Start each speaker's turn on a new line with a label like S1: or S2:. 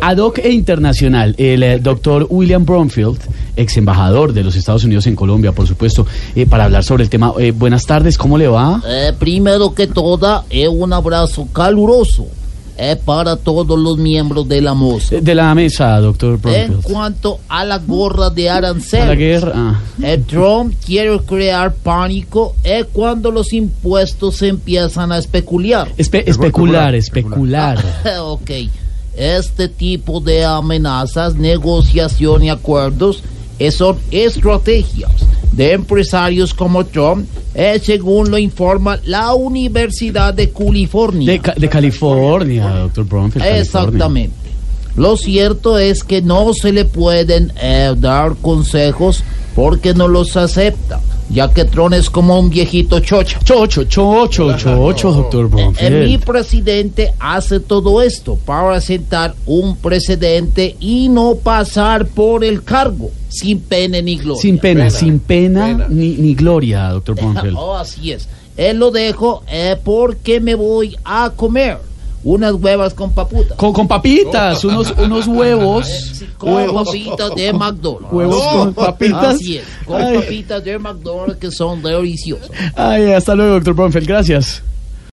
S1: ad hoc e internacional, el eh, doctor William Bromfield, ex embajador de los Estados Unidos en Colombia, por supuesto, eh, para hablar sobre el tema. Eh, buenas tardes, ¿cómo le va?
S2: Eh, primero que toda, eh, un abrazo caluroso eh, para todos los miembros de la moza.
S1: Eh, De la mesa, doctor
S2: En
S1: Bromfield.
S2: cuanto a la gorra de
S1: A la
S2: arancel,
S1: guerra. ah.
S2: eh, Trump quiere crear pánico eh, cuando los impuestos se empiezan a especular.
S1: Espe- especular, especular.
S2: Ah, ok, este tipo de amenazas, negociación y acuerdos eh, son estrategias de empresarios como Trump, eh, según lo informa la Universidad de California.
S1: De, Ca- de California, doctor Bromfield. California.
S2: Exactamente. Lo cierto es que no se le pueden eh, dar consejos porque no los acepta, ya que Tron es como un viejito chocha.
S1: Chocho, chocho, chocho, doctor Bromfield.
S2: Eh, mi presidente hace todo esto para sentar un precedente y no pasar por el cargo sin pena ni gloria.
S1: Sin pena, sin pena, Ni, ni gloria, doctor Bromfield.
S2: Oh, así es. Él lo dejo eh, porque me voy a comer unas huevas con paputas.
S1: Con, con papitas, unos, unos huevos.
S2: Sí, con
S1: huevos
S2: papitas de McDonald's.
S1: huevos con papitas.
S2: Así es, con
S1: Ay.
S2: papitas de McDonald's que son deliciosas.
S1: Ay, hasta luego, doctor Bromfield. Gracias.